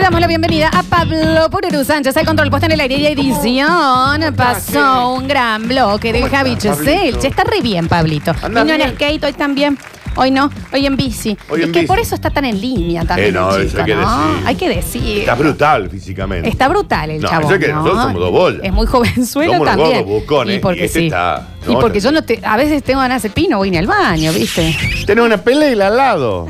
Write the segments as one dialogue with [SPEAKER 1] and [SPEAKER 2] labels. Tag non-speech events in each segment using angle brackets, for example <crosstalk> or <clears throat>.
[SPEAKER 1] damos la bienvenida a Pablo Pururu Sánchez al control puesto en el aire y edición. Pasó un gran bloque de
[SPEAKER 2] ¿Cómo estás,
[SPEAKER 1] Javi Chesel.
[SPEAKER 2] Pablito?
[SPEAKER 1] Che, Está re bien, Pablito.
[SPEAKER 2] Andás
[SPEAKER 1] Vino en
[SPEAKER 2] bien.
[SPEAKER 1] skate hoy también. Hoy no, hoy en bici.
[SPEAKER 2] Hoy
[SPEAKER 1] es
[SPEAKER 2] en
[SPEAKER 1] que
[SPEAKER 2] bici.
[SPEAKER 1] por eso está tan en línea también.
[SPEAKER 2] Eh, no,
[SPEAKER 1] el
[SPEAKER 2] eso
[SPEAKER 1] chico,
[SPEAKER 2] hay que
[SPEAKER 1] ¿no?
[SPEAKER 2] decir.
[SPEAKER 1] Hay que decir.
[SPEAKER 2] Está brutal físicamente.
[SPEAKER 1] Eh, Está brutal el
[SPEAKER 2] No,
[SPEAKER 1] chabón.
[SPEAKER 2] eso que nosotros somos dos bolas.
[SPEAKER 1] Es muy jovenzuelo
[SPEAKER 2] Somos los
[SPEAKER 1] también.
[SPEAKER 2] gordos buscones,
[SPEAKER 1] y porque
[SPEAKER 2] y este
[SPEAKER 1] sí.
[SPEAKER 2] está-
[SPEAKER 1] y
[SPEAKER 2] no,
[SPEAKER 1] porque
[SPEAKER 2] no.
[SPEAKER 1] yo no te, a veces tengo ganas de hacer pino, voy ni al baño,
[SPEAKER 2] <laughs>
[SPEAKER 1] ¿viste?
[SPEAKER 2] Tenés una pelela
[SPEAKER 1] <laughs>
[SPEAKER 2] al lado.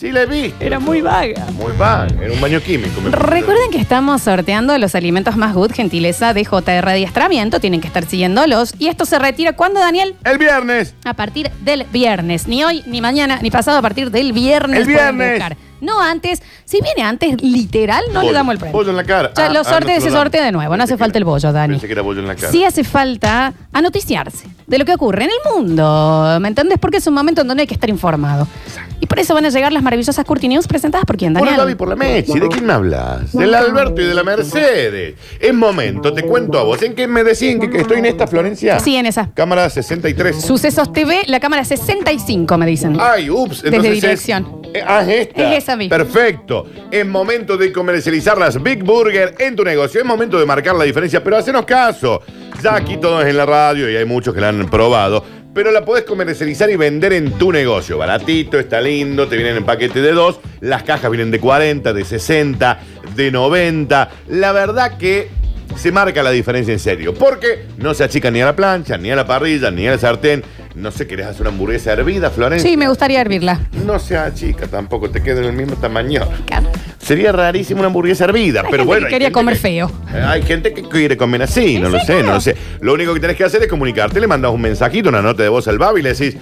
[SPEAKER 2] Sí, la vi.
[SPEAKER 1] Era muy vaga.
[SPEAKER 2] Muy mal. Era un baño químico. me parece.
[SPEAKER 1] Recuerden que estamos sorteando los alimentos más good, gentileza de JR Adiestramiento. Tienen que estar siguiéndolos. Y esto se retira cuando, Daniel?
[SPEAKER 2] El viernes.
[SPEAKER 1] A partir del viernes. Ni hoy, ni mañana, ni pasado, a partir del viernes.
[SPEAKER 2] El
[SPEAKER 1] pueden
[SPEAKER 2] viernes.
[SPEAKER 1] buscar. No antes. Si viene antes, literal, no le
[SPEAKER 2] Bollo.
[SPEAKER 1] damos el premio.
[SPEAKER 2] Bollo en la cara.
[SPEAKER 1] Ya,
[SPEAKER 2] Ah,
[SPEAKER 1] lo
[SPEAKER 2] ah,
[SPEAKER 1] sortea,
[SPEAKER 2] no se
[SPEAKER 1] se
[SPEAKER 2] lo damos.
[SPEAKER 1] sortea de nuevo. No hace
[SPEAKER 2] Pensé que
[SPEAKER 1] falta
[SPEAKER 2] era-
[SPEAKER 1] el bollo, Dani.
[SPEAKER 2] pensé que era bollo en la cara.
[SPEAKER 1] Sí hace falta anoticiarse de lo que ocurre en el mundo. ¿Me entendés? Porque es un momento en donde hay que estar informado. Y por eso van a llegar las maravillosas Curti News presentadas por quién,
[SPEAKER 2] Por
[SPEAKER 1] Daniel.
[SPEAKER 2] el David, por la Mechi, ¿de quién me hablas? Del Alberto y de la Mercedes. Es momento, te cuento a vos. ¿En qué me decían que, que estoy en esta, Florencia?
[SPEAKER 1] Sí, en esa.
[SPEAKER 2] Cámara 63.
[SPEAKER 1] Sucesos TV, la cámara 65, me dicen.
[SPEAKER 2] Ay, ups.
[SPEAKER 1] Desde
[SPEAKER 2] entonces es-
[SPEAKER 1] dirección.
[SPEAKER 2] eh, ah, es esta.
[SPEAKER 1] Es esa misma.
[SPEAKER 2] Perfecto. Es momento de comercializar las Big Burger en tu negocio. Es momento de marcar la diferencia, pero hacenos caso. Ya aquí todo es en la radio y hay muchos que la han probado. Pero la podés comercializar y vender en tu negocio. Baratito, está lindo, te vienen en paquete de dos. Las cajas vienen de 40, de 60, de 90. La verdad que se marca la diferencia en serio. Porque no se achica ni a la plancha, ni a la parrilla, ni al sartén. No sé, ¿querés hacer una hamburguesa hervida, Florencia?
[SPEAKER 1] Sí, me gustaría hervirla.
[SPEAKER 2] No se achica tampoco, te queda en el mismo tamaño.
[SPEAKER 1] Claro.
[SPEAKER 2] Sería rarísimo una hamburguesa hervida,
[SPEAKER 1] Hay
[SPEAKER 2] pero
[SPEAKER 1] gente
[SPEAKER 2] bueno.
[SPEAKER 1] que
[SPEAKER 2] hay
[SPEAKER 1] quería
[SPEAKER 2] gente
[SPEAKER 1] comer
[SPEAKER 2] que-
[SPEAKER 1] feo.
[SPEAKER 2] Eh, Hay gente que quiere comer así, no lo sé, no lo sé. Lo único que tenés que hacer es comunicarte, le mandas un mensajito, una nota de voz al Babi y le decís,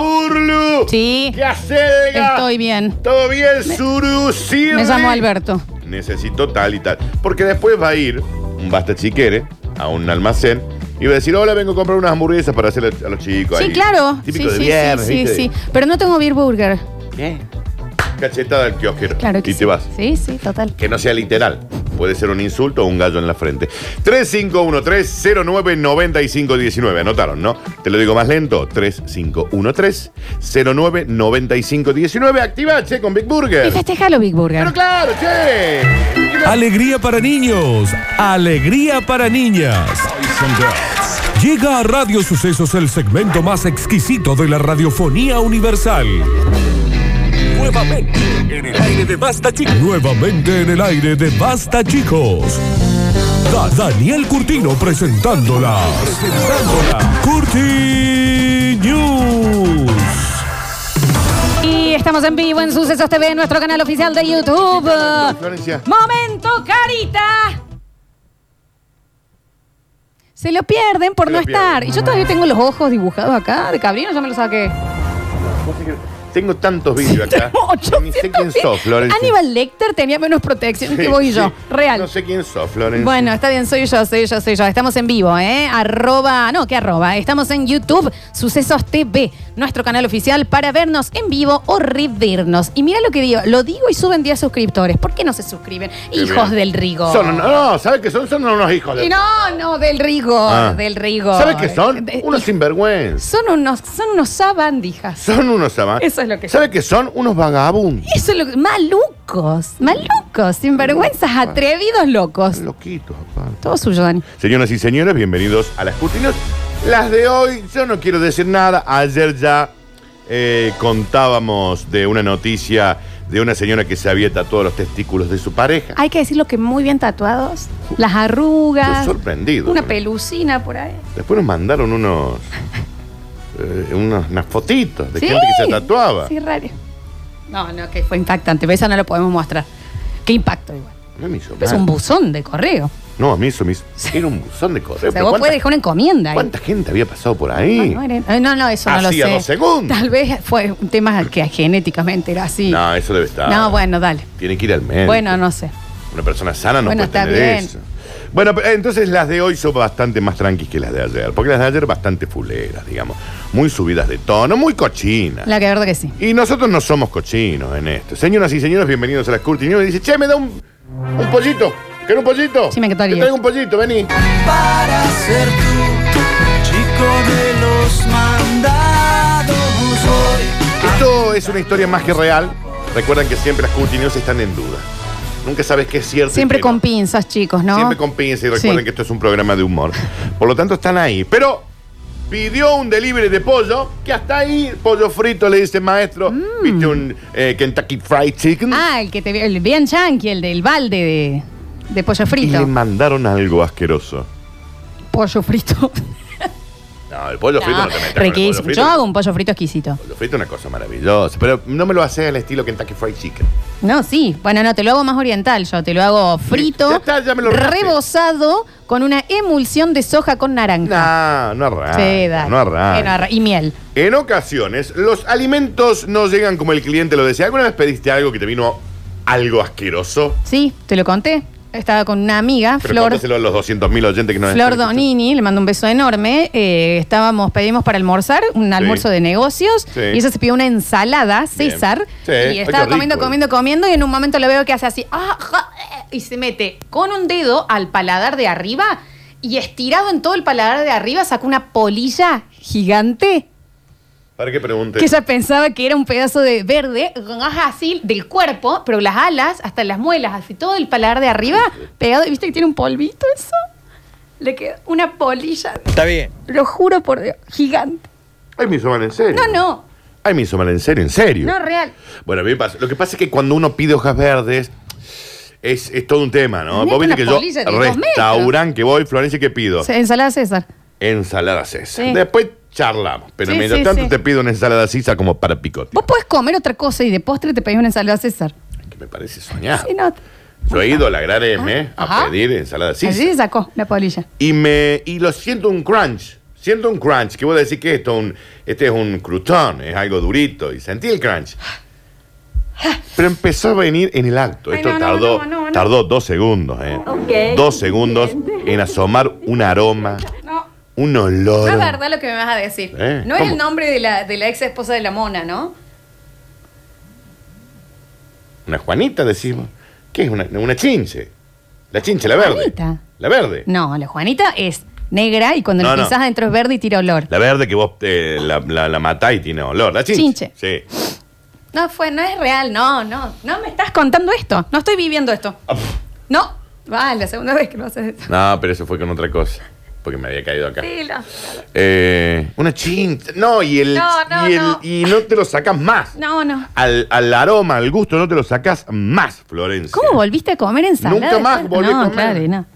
[SPEAKER 2] ¡Baburlu!
[SPEAKER 1] Sí.
[SPEAKER 2] ¿Qué haces,
[SPEAKER 1] Estoy bien.
[SPEAKER 2] ¿Todo bien, Suru? Sirri?"
[SPEAKER 1] Me llamo Alberto.
[SPEAKER 2] necesito tal y tal. Porque después va a ir un basta chiquere a un almacén y va a decir, hola, vengo a comprar unas hamburguesas para hacer a los chicos.
[SPEAKER 1] Sí,
[SPEAKER 2] ahí.
[SPEAKER 1] claro. Sí,
[SPEAKER 2] Típico
[SPEAKER 1] sí,
[SPEAKER 2] de viernes,
[SPEAKER 1] sí, sí,
[SPEAKER 2] ¿viste?
[SPEAKER 1] sí. Pero no tengo beer burger.
[SPEAKER 2] Cachetada al kiosquero.
[SPEAKER 1] Claro que
[SPEAKER 2] y
[SPEAKER 1] sí.
[SPEAKER 2] te vas.
[SPEAKER 1] Sí, sí, total.
[SPEAKER 2] Que no sea literal. Puede ser un insulto o un gallo en la frente. 3513-099519. Anotaron, ¿no? Te lo digo más lento. 3513-099519. Activa, che, con Big
[SPEAKER 1] Y
[SPEAKER 2] Burger.
[SPEAKER 1] festejalo, Big Burger.
[SPEAKER 2] Pero claro, che.
[SPEAKER 3] Alegría para niños, alegría para niñas. Llega a Radio Sucesos el segmento más exquisito de la radiofonía universal. Nuevamente en el aire de Basta Chicos. Nuevamente en el aire de Basta Chicos. Da- Daniel Curtino presentándola. Presentándola. Curti News.
[SPEAKER 1] Y estamos en vivo en Sucesos TV, nuestro canal oficial de YouTube.
[SPEAKER 2] Florencia.
[SPEAKER 1] ¡Momento, carita! Se lo pierden por
[SPEAKER 2] Se
[SPEAKER 1] no
[SPEAKER 2] lo pierden.
[SPEAKER 1] estar. Y yo todavía tengo los ojos dibujados acá de cabrino, ya me los saqué.
[SPEAKER 2] Tengo tantos vídeos
[SPEAKER 1] <laughs>
[SPEAKER 2] acá. Ni sé quién sos, Florencia.
[SPEAKER 1] Aníbal Lecter tenía menos protección que
[SPEAKER 2] Sí,
[SPEAKER 1] vos y
[SPEAKER 2] sí.
[SPEAKER 1] yo. Real.
[SPEAKER 2] No sé quién sos, Florencia.
[SPEAKER 1] Bueno, está bien, soy yo, soy yo, soy yo. Estamos en vivo, ¿eh? Arroba, no, ¿qué arroba? Estamos en YouTube, Sucesos TV, nuestro canal oficial para vernos en vivo o revernos. Y mira lo que digo, lo digo y suben 10 suscriptores. ¿Por qué no se suscriben?
[SPEAKER 2] Qué
[SPEAKER 1] Hijos
[SPEAKER 2] bien.
[SPEAKER 1] del rigor.
[SPEAKER 2] Son, no, ¿sabes qué son? Son unos hijos de.
[SPEAKER 1] Y no, no, del rigor,
[SPEAKER 2] Ah.
[SPEAKER 1] del rigor.
[SPEAKER 2] ¿Sabes qué son?
[SPEAKER 1] De-
[SPEAKER 2] Unos sinvergüenza.
[SPEAKER 1] Son unos, son unos sabandijas.
[SPEAKER 2] Son unos ama-
[SPEAKER 1] Eso es lo que
[SPEAKER 2] ¿Sabes qué son? Unos vagabundos.
[SPEAKER 1] Eso es lo que- malucos, malucos, sinvergüenzas, atrevidos locos.
[SPEAKER 2] Loquitos, aparte.
[SPEAKER 1] Todo suyo, Dani.
[SPEAKER 2] Señoras y señores, bienvenidos a las Curtinos. Las de hoy, yo no quiero decir nada. Ayer ya eh, contábamos de una noticia de una señora que se había tatuado los testículos de su pareja.
[SPEAKER 1] Hay que decirlo que muy bien tatuados. Las arrugas.
[SPEAKER 2] Estoy sorprendido.
[SPEAKER 1] Una pelucina por ahí.
[SPEAKER 2] Después nos mandaron unos, eh, unos- unas fotitos de
[SPEAKER 1] Sí.
[SPEAKER 2] gente que se tatuaba.
[SPEAKER 1] Sí, raro. No, no, que fue impactante. Pero eso no lo podemos mostrar. Qué impacto igual.
[SPEAKER 2] No me hizo
[SPEAKER 1] Es
[SPEAKER 2] mal.
[SPEAKER 1] un buzón de correo.
[SPEAKER 2] No, a mí eso me hizo. Era un buzón de correo.
[SPEAKER 1] O sea,
[SPEAKER 2] pero
[SPEAKER 1] vos
[SPEAKER 2] ¿cuánta-
[SPEAKER 1] puedes dejar una encomienda ahí.
[SPEAKER 2] ¿Cuánta gente había pasado por
[SPEAKER 1] No,
[SPEAKER 2] ahí?
[SPEAKER 1] no, era- eh, no, no, eso no lo sé.
[SPEAKER 2] Hacía dos segundos.
[SPEAKER 1] Tal vez fue un tema que genéticamente era así.
[SPEAKER 2] No, eso debe estar.
[SPEAKER 1] No, bueno, dale.
[SPEAKER 2] Tiene que ir al médico.
[SPEAKER 1] Bueno, no sé.
[SPEAKER 2] Una persona sana no
[SPEAKER 1] Bueno,
[SPEAKER 2] puede
[SPEAKER 1] está
[SPEAKER 2] tener
[SPEAKER 1] bien.
[SPEAKER 2] eso. Bueno, pero, eh, entonces las de hoy son bastante más tranquis que las de ayer. Porque las de ayer bastante fuleras, digamos. Muy subidas de tono, muy cochinas.
[SPEAKER 1] La que verdad que sí.
[SPEAKER 2] Y nosotros no somos cochinos en esto. Señoras y señores, bienvenidos a las Curti News. Y Dice, che, me da un, un pollito. ¿Querés un pollito?
[SPEAKER 1] Sí, me
[SPEAKER 2] Te
[SPEAKER 1] encantaría.
[SPEAKER 2] traigo un pollito, vení.
[SPEAKER 4] para ser tú, chico de los mandados hoy.
[SPEAKER 2] Esto es una historia más que real. Recuerdan que siempre las Curti News están en duda. Nunca sabes qué es cierto. y
[SPEAKER 1] Siempre
[SPEAKER 2] qué no.
[SPEAKER 1] con pinzas, chicos, ¿no?
[SPEAKER 2] Siempre con pinza y recuerden
[SPEAKER 1] Sí.
[SPEAKER 2] que esto es un programa de humor. Por lo tanto, están ahí. Pero pidió un delivery de pollo, que hasta ahí, pollo frito, le dice maestro. Viste un eh, Kentucky Fried Chicken.
[SPEAKER 1] Mm. Ah, el que te el bien yankee, el del balde de, de pollo
[SPEAKER 2] y
[SPEAKER 1] frito.
[SPEAKER 2] le mandaron algo asqueroso.
[SPEAKER 1] Pollo frito.
[SPEAKER 2] No, el pollo frito no
[SPEAKER 1] No,
[SPEAKER 2] te
[SPEAKER 1] <laughs>
[SPEAKER 2] metas con el pollo
[SPEAKER 1] riquísimo.
[SPEAKER 2] frito.
[SPEAKER 1] Yo hago un pollo frito exquisito.
[SPEAKER 2] Pollo frito es una cosa maravillosa, pero no me lo haces al estilo Kentucky Fried Chicken.
[SPEAKER 1] No, sí. Bueno, no, te lo hago más oriental yo. Te lo hago frito,
[SPEAKER 2] Ya está, ya me lo arrancaste.
[SPEAKER 1] rebozado con una emulsión de soja con naranja.
[SPEAKER 2] No, no arranca.
[SPEAKER 1] Sí, dale.
[SPEAKER 2] No arranca.
[SPEAKER 1] Eh, no arran- Y miel.
[SPEAKER 2] En ocasiones, los alimentos no llegan como el cliente lo desea. ¿Alguna vez pediste algo que te vino algo asqueroso?
[SPEAKER 1] Sí, te lo conté. Estaba con una amiga,
[SPEAKER 2] Pero
[SPEAKER 1] Flor.
[SPEAKER 2] contáselo a los 200.000 oyentes que nos
[SPEAKER 1] Flor
[SPEAKER 2] están escuchando.
[SPEAKER 1] Donini, le mando un beso enorme. Eh, estábamos, pedimos para almorzar, un almuerzo de negocios.
[SPEAKER 2] Sí.
[SPEAKER 1] Y ella se pidió una ensalada, César. Y
[SPEAKER 2] Sí. Ay,
[SPEAKER 1] estaba
[SPEAKER 2] qué
[SPEAKER 1] comiendo,
[SPEAKER 2] rico.
[SPEAKER 1] comiendo, comiendo. Y en un momento le veo que hace así. ah, ja, eh, y se mete con un dedo al paladar de arriba. Y estirado en todo el paladar de arriba, sacó una polilla gigante.
[SPEAKER 2] ¿Para qué pregunte?
[SPEAKER 1] Que ella pensaba que era un pedazo de verde, ganas así del cuerpo, pero las alas, hasta las muelas, así todo el paladar de arriba, pegado. ¿Viste que tiene un polvito eso? Le queda una polilla,
[SPEAKER 4] Está bien.
[SPEAKER 1] lo juro por Dios, gigante.
[SPEAKER 2] Ay, me hizo mal en serio.
[SPEAKER 1] No, no,
[SPEAKER 2] Ay, me hizo mal en serio, en serio.
[SPEAKER 1] no real.
[SPEAKER 2] Bueno, a mí me pasa. Lo que pasa es que cuando uno pide hojas verdes, es, es todo un tema, ¿no?
[SPEAKER 1] Mete
[SPEAKER 2] Vos viste
[SPEAKER 1] una
[SPEAKER 2] que yo
[SPEAKER 1] polilla de dos
[SPEAKER 2] restauran que voy, Florencia, que pido?
[SPEAKER 1] Se- Ensalada César.
[SPEAKER 2] Ensalada César.
[SPEAKER 1] Sí.
[SPEAKER 2] Después charlamos, pero
[SPEAKER 1] Sí,
[SPEAKER 2] mientras
[SPEAKER 1] sí,
[SPEAKER 2] tanto
[SPEAKER 1] sí.
[SPEAKER 2] te pido una ensalada César como para picote.
[SPEAKER 1] Vos podés comer otra cosa y de postre te pedís una ensalada César.
[SPEAKER 2] Que me parece soñado.
[SPEAKER 1] Sí, no.
[SPEAKER 2] Yo he ido a la Gran M a
[SPEAKER 1] Ajá. ¿Ah,
[SPEAKER 2] pedir ensalada César.
[SPEAKER 1] Allí sacó la polilla.
[SPEAKER 2] Y me y lo siento un crunch. Siento un crunch, que voy a decir que esto un, este es un crutón, es algo durito. Y sentí el crunch. Pero empezó a venir en el acto.
[SPEAKER 1] Ay,
[SPEAKER 2] Esto
[SPEAKER 1] no, no,
[SPEAKER 2] tardó,
[SPEAKER 1] no, no, no.
[SPEAKER 2] tardó dos segundos, ¿eh?
[SPEAKER 1] Ok.
[SPEAKER 2] Dos segundos en asomar un aroma,
[SPEAKER 1] No.
[SPEAKER 2] un olor.
[SPEAKER 1] es verdad lo que me vas a decir.
[SPEAKER 2] Eh,
[SPEAKER 1] No es
[SPEAKER 2] ¿cómo?
[SPEAKER 1] el nombre de la, de la ex esposa de la mona, ¿no?
[SPEAKER 2] Una Juanita, decimos. ¿Qué es una, una chinche? La chinche, la verde.
[SPEAKER 1] Juanita.
[SPEAKER 2] La verde.
[SPEAKER 1] No, la Juanita es negra y cuando
[SPEAKER 2] No,
[SPEAKER 1] la
[SPEAKER 2] no.
[SPEAKER 1] pisás adentro es verde y tira olor.
[SPEAKER 2] La verde que vos eh, la, la, la matás y tiene olor. La
[SPEAKER 1] Chinche.
[SPEAKER 2] chinche. Sí.
[SPEAKER 1] No fue, no es real, no, no. No me estás contando esto. No estoy viviendo esto.
[SPEAKER 2] Ah, pf.
[SPEAKER 1] No. Va, la segunda vez que lo haces esto.
[SPEAKER 2] No, pero eso fue con otra cosa. Porque me había caído acá.
[SPEAKER 1] Sí, lo-
[SPEAKER 2] Eh, una chinta. No, y el.
[SPEAKER 1] No, no,
[SPEAKER 2] y, el-
[SPEAKER 1] no.
[SPEAKER 2] y no te lo sacas más.
[SPEAKER 1] No, no.
[SPEAKER 2] Al, al aroma, al gusto, no te lo sacas más, Florencia.
[SPEAKER 1] ¿Cómo volviste a comer ensalada?
[SPEAKER 2] Nunca más
[SPEAKER 1] No,
[SPEAKER 2] volví a comer.
[SPEAKER 1] claro, y no.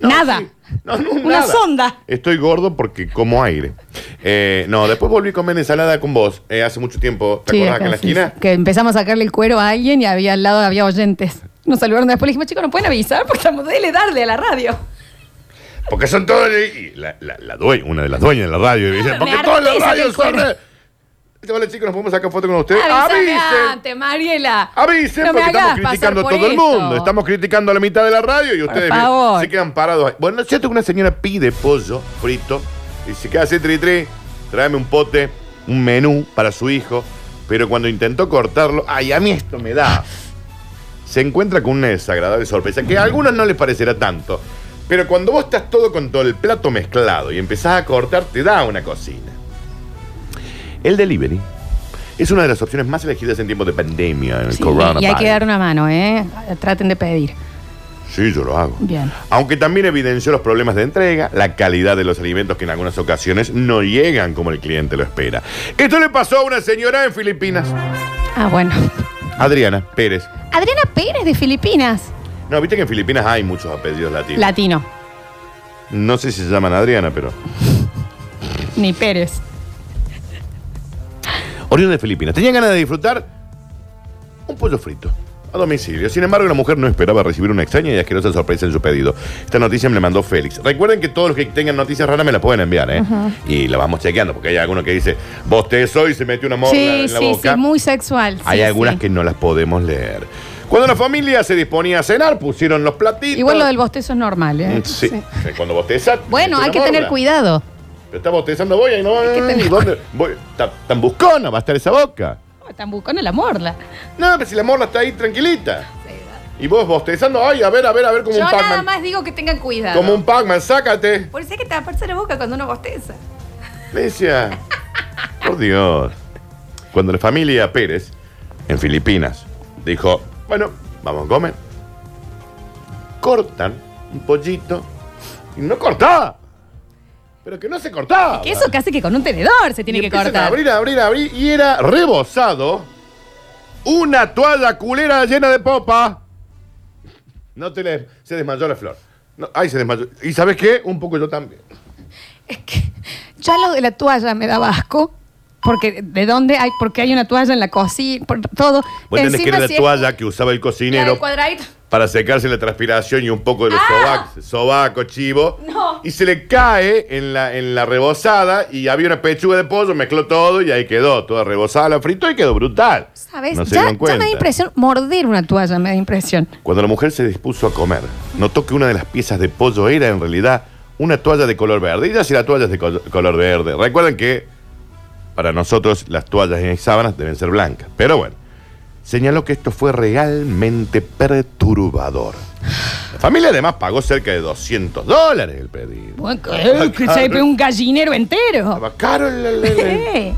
[SPEAKER 2] No,
[SPEAKER 1] Nada.
[SPEAKER 2] sí. No, no,
[SPEAKER 1] Una
[SPEAKER 2] nada.
[SPEAKER 1] sonda.
[SPEAKER 2] Estoy gordo porque como aire. Eh, no, después volví a comer ensalada con vos eh, hace mucho tiempo. ¿Te
[SPEAKER 1] Sí, acá,
[SPEAKER 2] acordás acá en la
[SPEAKER 1] sí,
[SPEAKER 2] esquina?
[SPEAKER 1] sí. Que empezamos a sacarle el cuero a alguien y había al lado había oyentes. Nos saludaron después, le dijimos, chicos, no pueden avisar porque estamos, dele, darle a la radio.
[SPEAKER 2] Porque son todos. y La, la, la due- una de las dueñas de la radio. y dice,
[SPEAKER 1] Ah, Me
[SPEAKER 2] porque
[SPEAKER 1] harté
[SPEAKER 2] todas las
[SPEAKER 1] de sacar
[SPEAKER 2] radios
[SPEAKER 1] el cuero.
[SPEAKER 2] son. de-". Este, Vale, chicos, nos podemos sacar foto con ustedes.
[SPEAKER 1] Avísame
[SPEAKER 2] ¡Avisen!
[SPEAKER 1] antes, Mariela.
[SPEAKER 2] Avisen
[SPEAKER 1] No me
[SPEAKER 2] porque estamos
[SPEAKER 1] hagas pasar
[SPEAKER 2] criticando a
[SPEAKER 1] por
[SPEAKER 2] todo el
[SPEAKER 1] esto.
[SPEAKER 2] mundo. Estamos criticando a la mitad de la radio y ustedes miren,
[SPEAKER 1] favor.
[SPEAKER 2] se quedan parados ahí. Bueno, es cierto que una señora pide pollo frito y se queda así, tri, tri, tráeme un pote, un menú para su hijo. Pero cuando intentó cortarlo, ay, a mí esto me da. Se encuentra con una desagradable sorpresa que a algunos no les parecerá tanto. Pero cuando vos estás todo con todo el plato mezclado y empezás a cortar, te da una cocina. El delivery es una de las opciones más elegidas en tiempos de pandemia, en el
[SPEAKER 1] Sí,
[SPEAKER 2] coronavirus.
[SPEAKER 1] y hay que dar una mano, ¿eh? Traten de pedir.
[SPEAKER 2] Sí, yo lo hago.
[SPEAKER 1] Bien.
[SPEAKER 2] Aunque también evidenció los problemas de entrega, la calidad de los alimentos que en algunas ocasiones no llegan como el cliente lo espera. Esto le pasó a una señora en Filipinas,
[SPEAKER 1] Ah, bueno.
[SPEAKER 2] Adriana Pérez.
[SPEAKER 1] Adriana Pérez de Filipinas.
[SPEAKER 2] No, viste que en Filipinas hay muchos apellidos latinos.
[SPEAKER 1] Latino.
[SPEAKER 2] no sé si se llaman Adriana, pero...
[SPEAKER 1] Ni Pérez.
[SPEAKER 2] Oriunda de Filipinas. Tenía ganas de disfrutar un pollo frito a domicilio. Sin embargo, la mujer no esperaba recibir una extraña y asquerosa sorpresa en su pedido. Esta noticia me la mandó Félix. Recuerden que todos los que tengan noticias raras me la pueden enviar, ¿eh? Y la vamos chequeando, porque hay alguno que dice, bostezo y se metió una morla
[SPEAKER 1] Sí,
[SPEAKER 2] en la
[SPEAKER 1] sí,
[SPEAKER 2] boca.
[SPEAKER 1] sí, muy sexual.
[SPEAKER 2] hay
[SPEAKER 1] sí,
[SPEAKER 2] algunas
[SPEAKER 1] sí.
[SPEAKER 2] que no las podemos leer. Cuando la familia se disponía a cenar, pusieron los platitos.
[SPEAKER 1] Igual lo del bostezo es normal, ¿eh?
[SPEAKER 2] Mm, Sí, Eh, cuando bostezas.
[SPEAKER 1] <laughs> Bueno,
[SPEAKER 2] metí
[SPEAKER 1] hay
[SPEAKER 2] una
[SPEAKER 1] que tener
[SPEAKER 2] morla.
[SPEAKER 1] cuidado.
[SPEAKER 2] Pero está bostezando, voy ahí, no eh,
[SPEAKER 1] que tener-
[SPEAKER 2] ¿Y ¿Dónde? Voy. Tan- tan buscona va a estar esa boca.
[SPEAKER 1] Oh, Están buscando la morla.
[SPEAKER 2] No, pero si la morla está ahí tranquilita. Y vos bostezando, ay, a ver, a ver, a ver, como
[SPEAKER 1] Yo
[SPEAKER 2] un
[SPEAKER 1] nada
[SPEAKER 2] Pac-Man.
[SPEAKER 1] más digo que tengan cuidado.
[SPEAKER 2] Como un Pac-Man, sácate.
[SPEAKER 1] Por eso es que te aparece la boca cuando uno bosteza.
[SPEAKER 2] Le decía, por Dios. Cuando la familia Pérez, en Filipinas, dijo, bueno, vamos a comer. cortan un pollito. Y no cortaba. Pero que no se cortaba.
[SPEAKER 1] Que eso casi que con un tenedor se tiene
[SPEAKER 2] Y
[SPEAKER 1] que
[SPEAKER 2] empiezan
[SPEAKER 1] cortar.
[SPEAKER 2] A abrir, a abrir, a abrir. Y era rebozado una toalla culera llena de popa. No te le- Se desmayó la flor. No, ay, se desmayó. ¿Y sabes qué? Un poco yo también.
[SPEAKER 1] Es que ya lo de la toalla me daba asco. Porque de dónde hay, porque hay una toalla en la cocina, por todo.
[SPEAKER 2] Vos tenés que
[SPEAKER 1] Encima,
[SPEAKER 2] era la
[SPEAKER 1] si es
[SPEAKER 2] toalla que usaba el
[SPEAKER 1] la del
[SPEAKER 2] cocinero
[SPEAKER 1] cuadradito.
[SPEAKER 2] para secarse la transpiración y un poco de los
[SPEAKER 1] ¡Ah!
[SPEAKER 2] sobacos, sobaco, chivo.
[SPEAKER 1] No.
[SPEAKER 2] Y se le cae en la, en la rebozada y había una pechuga de pollo, mezcló todo y ahí quedó, toda rebozada, la frito y quedó brutal.
[SPEAKER 1] ¿Sabes?
[SPEAKER 2] No se
[SPEAKER 1] ya, ya
[SPEAKER 2] dieron
[SPEAKER 1] me da
[SPEAKER 2] cuenta.
[SPEAKER 1] impresión, morder una toalla me da impresión.
[SPEAKER 2] Cuando la mujer se dispuso a comer, notó que una de las piezas de pollo era en realidad una toalla de color verde. Y ya si la toalla es de col- color verde. Recuerden que para nosotros las toallas y sábanas deben ser blancas. Pero bueno, señaló que esto fue realmente perturbador. La familia además pagó cerca de 200 dólares el pedido.
[SPEAKER 1] Bueno, que- que
[SPEAKER 2] ah,
[SPEAKER 1] se ve
[SPEAKER 2] eh.
[SPEAKER 1] un gallinero entero.
[SPEAKER 2] Estaba caro el- el- el- el-
[SPEAKER 1] <laughs> Eh,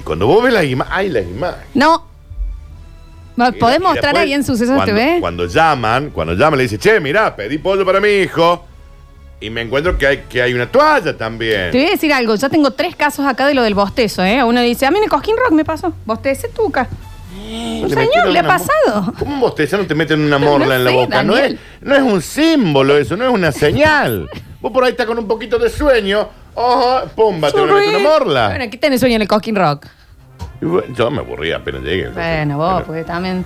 [SPEAKER 2] Y cuando vos ves las imágenes, hay las imágenes.
[SPEAKER 1] No. ¿Me
[SPEAKER 2] Y
[SPEAKER 1] ¿Podés
[SPEAKER 2] después,
[SPEAKER 1] mostrar ahí en Sucesos
[SPEAKER 2] pues, cuando,
[SPEAKER 1] TV?
[SPEAKER 2] Cuando llaman, cuando llaman, le dice, che, mirá, pedí pollo para mi hijo. Y me encuentro que hay, que hay una toalla también.
[SPEAKER 1] Te voy a decir algo, ya tengo tres casos acá de lo del bostezo, ¿eh? Uno dice, a mí en el Cosquín Rock me pasó, bostecé tuca.
[SPEAKER 2] Un
[SPEAKER 1] señor, ¿le ha pasado?
[SPEAKER 2] ¿Cómo un bostezano te meten una morla
[SPEAKER 1] No
[SPEAKER 2] en la
[SPEAKER 1] sé,
[SPEAKER 2] boca? No es,
[SPEAKER 1] Daniel.
[SPEAKER 2] no es un símbolo eso, no es una
[SPEAKER 1] <laughs>
[SPEAKER 2] señal. Vos por ahí estás con un poquito de sueño, ojo, pumba, te van a meter una
[SPEAKER 1] Bueno,
[SPEAKER 2] morla.
[SPEAKER 1] aquí tenés sueño en el Cosquín Rock.
[SPEAKER 2] Y bueno, Yo me aburría apenas llegué.
[SPEAKER 1] Bueno, vos,
[SPEAKER 2] Pero-
[SPEAKER 1] pues también.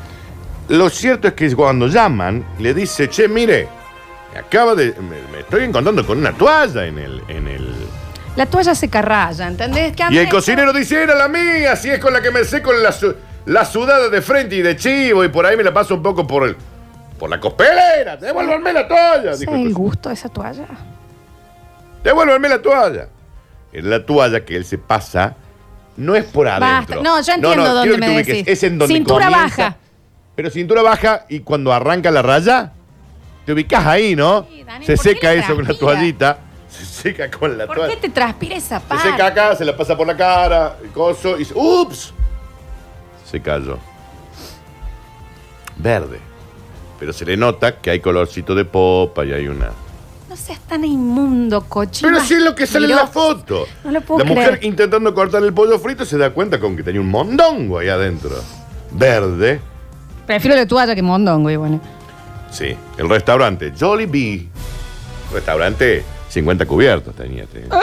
[SPEAKER 2] Lo cierto es que cuando llaman, le dice, che, mire, me acaba de. me, me estoy encontrando con una toalla en el. En el
[SPEAKER 1] La toalla se carralla, ¿entendés? Que
[SPEAKER 2] Y el
[SPEAKER 1] antes-
[SPEAKER 2] cocinero dice, era la mía, si es con la que me seco la, su- la sudada de frente y de chivo, y por ahí me la paso un poco por el. Por la cospelera, devuélvanme la toalla.
[SPEAKER 1] ¿Ese
[SPEAKER 2] Dijo
[SPEAKER 1] es
[SPEAKER 2] el
[SPEAKER 1] el
[SPEAKER 2] cocinero.
[SPEAKER 1] gusto de esa toalla?
[SPEAKER 2] Devuélvanme la toalla. En la toalla que él se pasa, no es por
[SPEAKER 1] Basta.
[SPEAKER 2] adentro.
[SPEAKER 1] No, yo entiendo
[SPEAKER 2] quiero
[SPEAKER 1] dónde
[SPEAKER 2] que
[SPEAKER 1] me
[SPEAKER 2] te ubiques.
[SPEAKER 1] decís.
[SPEAKER 2] Es en donde
[SPEAKER 1] Cintura
[SPEAKER 2] comienza-
[SPEAKER 1] baja.
[SPEAKER 2] Pero cintura baja y cuando arranca la raya, te ubicas ahí, ¿no?
[SPEAKER 1] Sí, Dani,
[SPEAKER 2] se
[SPEAKER 1] ¿por qué
[SPEAKER 2] seca
[SPEAKER 1] le
[SPEAKER 2] eso con la
[SPEAKER 1] transpira?
[SPEAKER 2] toallita. Se seca con la
[SPEAKER 1] ¿Por
[SPEAKER 2] toalla.
[SPEAKER 1] qué te transpira esa
[SPEAKER 2] Se seca
[SPEAKER 1] parte?
[SPEAKER 2] acá, se la pasa por la cara, el coso, y dice, ¡ups! Se cayó. Verde. Pero se le nota que hay colorcito de popa y hay una.
[SPEAKER 1] No seas tan inmundo, cochino.
[SPEAKER 2] Pero sí es lo que sale en la foto.
[SPEAKER 1] No lo puedo
[SPEAKER 2] la mujer
[SPEAKER 1] creer.
[SPEAKER 2] intentando cortar el pollo frito se da cuenta con que tenía un mondongo ahí adentro. Verde.
[SPEAKER 1] Prefiero la toalla que mondongo, y bueno.
[SPEAKER 2] Sí. El restaurante Jolly Bee. Restaurante 50 cubiertos tenía. este.
[SPEAKER 1] Ah.